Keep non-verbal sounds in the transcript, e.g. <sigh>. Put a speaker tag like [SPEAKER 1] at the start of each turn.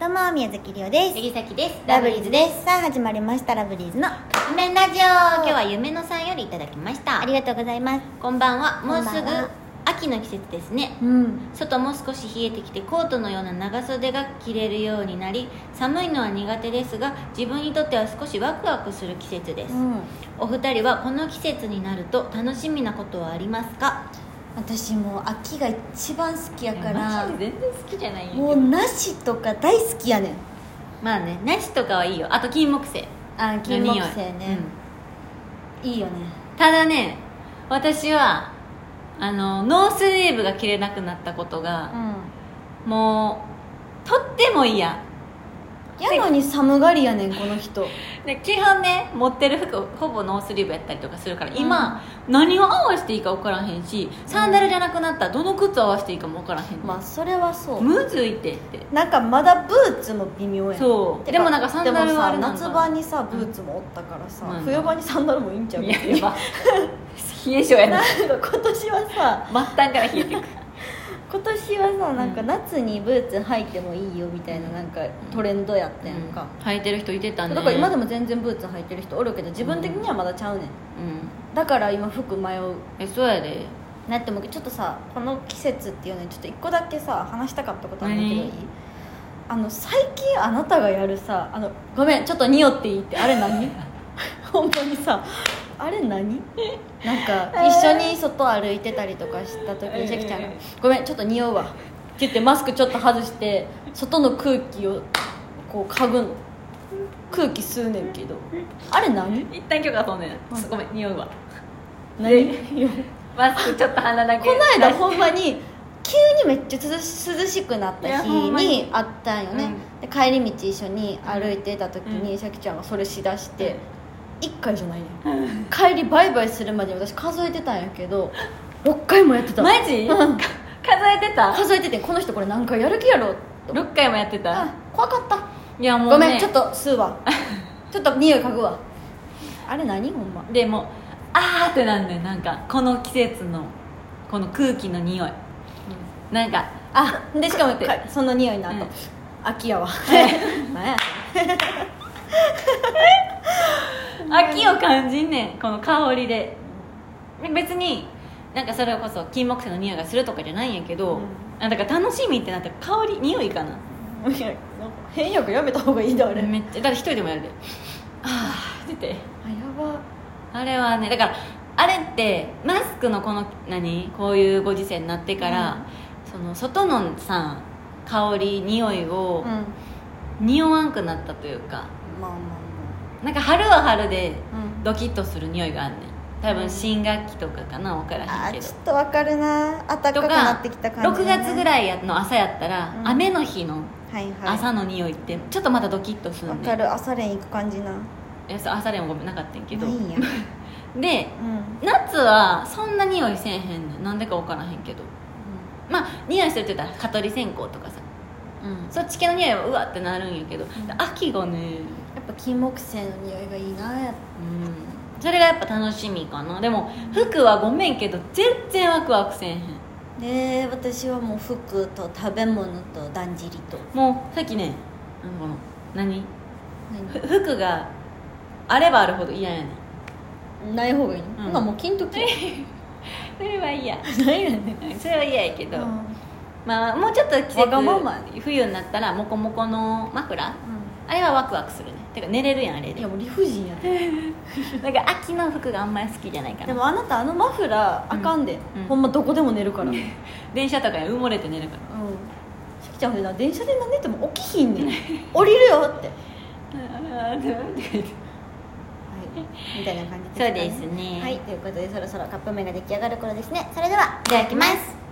[SPEAKER 1] どうも宮崎りおです
[SPEAKER 2] 杉崎です
[SPEAKER 1] ラブリーズですさあ始まりましたラブリーズの
[SPEAKER 2] 「仮面ラジオ」今日は夢のさんよりいただきました
[SPEAKER 1] ありがとうございます
[SPEAKER 2] こんばんはもうす
[SPEAKER 1] こん
[SPEAKER 2] ぐ
[SPEAKER 1] ばんは
[SPEAKER 2] 秋の季節ですね
[SPEAKER 1] うん
[SPEAKER 2] 外も少し冷えてきてコートのような長袖が着れるようになり寒いのは苦手ですが自分にとっては少しワクワクする季節です、
[SPEAKER 1] うん
[SPEAKER 2] お二人はこの季節になると楽しみなことはありますか
[SPEAKER 1] 私もう秋が一番好きやから
[SPEAKER 2] 全然好きじゃないんやけ
[SPEAKER 1] も
[SPEAKER 2] ど
[SPEAKER 1] う梨とか大好きやねん
[SPEAKER 2] まあね梨とかはいいよあと金木犀
[SPEAKER 1] あ金
[SPEAKER 2] の
[SPEAKER 1] 木
[SPEAKER 2] 匂い
[SPEAKER 1] 犀ね、いいよね
[SPEAKER 2] うんただね私はあのノースリーブが着れなくなったこと
[SPEAKER 1] う
[SPEAKER 2] が、
[SPEAKER 1] ん
[SPEAKER 2] もうとっても嫌
[SPEAKER 1] やのに寒がりやねんこの人
[SPEAKER 2] で基本ね持ってる服ほぼノースリーブやったりとかするから今、何を合わせていいか分からへんしサンダルじゃなくなったらどの靴を合わせていいかも分からへん、
[SPEAKER 1] まあそれはそう
[SPEAKER 2] むずいてって
[SPEAKER 1] なんかまだブーツも微妙やん
[SPEAKER 2] そう
[SPEAKER 1] て
[SPEAKER 2] でもなんかサンダルはあれ
[SPEAKER 1] でも
[SPEAKER 2] なん
[SPEAKER 1] さ夏
[SPEAKER 2] か
[SPEAKER 1] 場にさブーツもおったからさ、
[SPEAKER 2] うん
[SPEAKER 1] 冬場にサンダルもいいんちゃう
[SPEAKER 2] いややば <laughs> 冷え性やな
[SPEAKER 1] なんか今年はさ
[SPEAKER 2] 末端から冷えていく
[SPEAKER 1] 今年はさなんか
[SPEAKER 2] うん
[SPEAKER 1] 夏にブーツ履いてもいいよみたいななんかトレンドやったやんか、
[SPEAKER 2] 履いてる人いてたね
[SPEAKER 1] だから今で
[SPEAKER 2] も
[SPEAKER 1] も全然ブーツ履いてる人おるけど自分的にはまだちゃうねん
[SPEAKER 2] うん
[SPEAKER 1] だから今服迷う
[SPEAKER 2] えそうやで
[SPEAKER 1] なって思うけどちょっとさこの季節っていうのにちょっと一個だけさ話したかったことあるんだけどいい
[SPEAKER 2] 何
[SPEAKER 1] あの最近あなたがやるさあのごめんちょっと匂っていいってあれ
[SPEAKER 2] <laughs>
[SPEAKER 1] 何ほんまにさあれ何なん
[SPEAKER 2] <laughs>
[SPEAKER 1] か一緒に外歩いてたりとかした時に
[SPEAKER 2] えー
[SPEAKER 1] シャキちゃんが「ごめんちょっと匂うわ」って言ってマスクちょっと外して外の空気をこう嗅ぐの空気吸うねんけどあれ何
[SPEAKER 2] 一旦許可取んねん、
[SPEAKER 1] うん
[SPEAKER 2] ごめん匂うわ
[SPEAKER 1] 何よ
[SPEAKER 2] マスクちょっと鼻だけ
[SPEAKER 1] この間
[SPEAKER 2] <laughs> 出して
[SPEAKER 1] ほんまに急にめっちゃ涼し涼しくなっ
[SPEAKER 2] い
[SPEAKER 1] た
[SPEAKER 2] や
[SPEAKER 1] 日
[SPEAKER 2] ほんま
[SPEAKER 1] に
[SPEAKER 2] に
[SPEAKER 1] あったんよね、で帰り道一緒に歩いてた時に、シャキちゃんがそれしだして、一1回じゃないね帰りバイバイするまでに私数えてたんやけど6回もやってた
[SPEAKER 2] マジ、
[SPEAKER 1] うん
[SPEAKER 2] か数えてた
[SPEAKER 1] 数えててこの人これ何回やる気やろと思って
[SPEAKER 2] 6回もやってた
[SPEAKER 1] あ怖かった
[SPEAKER 2] いやもう、ね、
[SPEAKER 1] ごめんちょっと吸う
[SPEAKER 2] <laughs>
[SPEAKER 1] わちょっと匂い嗅ぐわあれ何ほんま
[SPEAKER 2] でもうあーってなんだよなんかこの季節のこの空気の匂い、なんか
[SPEAKER 1] あでしかも
[SPEAKER 2] って
[SPEAKER 1] その匂いの後、
[SPEAKER 2] うん
[SPEAKER 1] 秋やわ <laughs> 何や
[SPEAKER 2] 秋を感じんねんこの香りでで別になんかそれこそ金木犀の匂いがするとかじゃないんやけど、
[SPEAKER 1] うん
[SPEAKER 2] あだから楽しみってなったら香り匂いかない
[SPEAKER 1] やなんか変訳やめた方がいいだあれ、あ
[SPEAKER 2] めっちゃだから一人でもやるであーって言って
[SPEAKER 1] やば
[SPEAKER 2] あれはねだからあれってマスクのこの何こういうご時世になってから、その外のさ香り匂いを
[SPEAKER 1] うんま
[SPEAKER 2] 匂わんくなったというか、
[SPEAKER 1] あまあま
[SPEAKER 2] なんか春は春で
[SPEAKER 1] あうん
[SPEAKER 2] ドキッとする匂いがあんねん多分新学期とかかな分から
[SPEAKER 1] あ
[SPEAKER 2] へんけ
[SPEAKER 1] ー
[SPEAKER 2] ど
[SPEAKER 1] ちょっとわかるな暖かく
[SPEAKER 2] と
[SPEAKER 1] な
[SPEAKER 2] か
[SPEAKER 1] ってきた感じ、
[SPEAKER 2] 6
[SPEAKER 1] ね、
[SPEAKER 2] 月ぐらいの朝やったら、
[SPEAKER 1] うん
[SPEAKER 2] 雨の日の
[SPEAKER 1] はいは
[SPEAKER 2] 朝の匂いってちょっとまたドキッとす
[SPEAKER 1] い
[SPEAKER 2] る
[SPEAKER 1] わ
[SPEAKER 2] ん
[SPEAKER 1] か
[SPEAKER 2] で
[SPEAKER 1] る朝練行く感じな
[SPEAKER 2] 朝でもごめんなかったんやけど
[SPEAKER 1] まあいいや
[SPEAKER 2] <laughs> で
[SPEAKER 1] うん、うん
[SPEAKER 2] 夏はそんな匂いせえへんねんなんでか分からへんけどまあ匂いするって言ったら蚊取り線香とかさ
[SPEAKER 1] うん、
[SPEAKER 2] そっち系の匂いはうわってなるんやけど、秋がね
[SPEAKER 1] やっぱ金木犀の匂いがいいなやっ
[SPEAKER 2] うんそれがやっぱ楽しみかなでも服はごめんけど全然ワクワクせえへん
[SPEAKER 1] ぱで私はもう服と食べ物とだんじりと
[SPEAKER 2] もうさっきねあのこの何ふ
[SPEAKER 1] 何
[SPEAKER 2] 服があればあるほど嫌やねん
[SPEAKER 1] ない方がいいの、
[SPEAKER 2] うん
[SPEAKER 1] ほなもう金
[SPEAKER 2] <laughs>
[SPEAKER 1] 時
[SPEAKER 2] それは嫌
[SPEAKER 1] ないよね
[SPEAKER 2] それは嫌やけど、
[SPEAKER 1] うん、うん
[SPEAKER 2] まあもうちょっと季節
[SPEAKER 1] わがまま
[SPEAKER 2] 冬になったらモコモコのマフラーあれはワクワクするねてか寝れるやんあれ
[SPEAKER 1] い
[SPEAKER 2] で
[SPEAKER 1] やもう理不尽やね
[SPEAKER 2] なんか秋の服があんまり好きじゃないか
[SPEAKER 1] で
[SPEAKER 2] ら
[SPEAKER 1] もあなたあのマフラーあかんで、
[SPEAKER 2] うん
[SPEAKER 1] ほんまどこでも寝るからうん
[SPEAKER 2] 電車とかに埋もれて寝るから
[SPEAKER 1] しきちゃんほんでな電車で寝ても起きひんねん降りるよって、みたいな感じ
[SPEAKER 2] そうです
[SPEAKER 1] ね
[SPEAKER 2] ね
[SPEAKER 1] はいということでそろそろカップ麺が出来上がる頃ですねそれではい
[SPEAKER 2] ただきます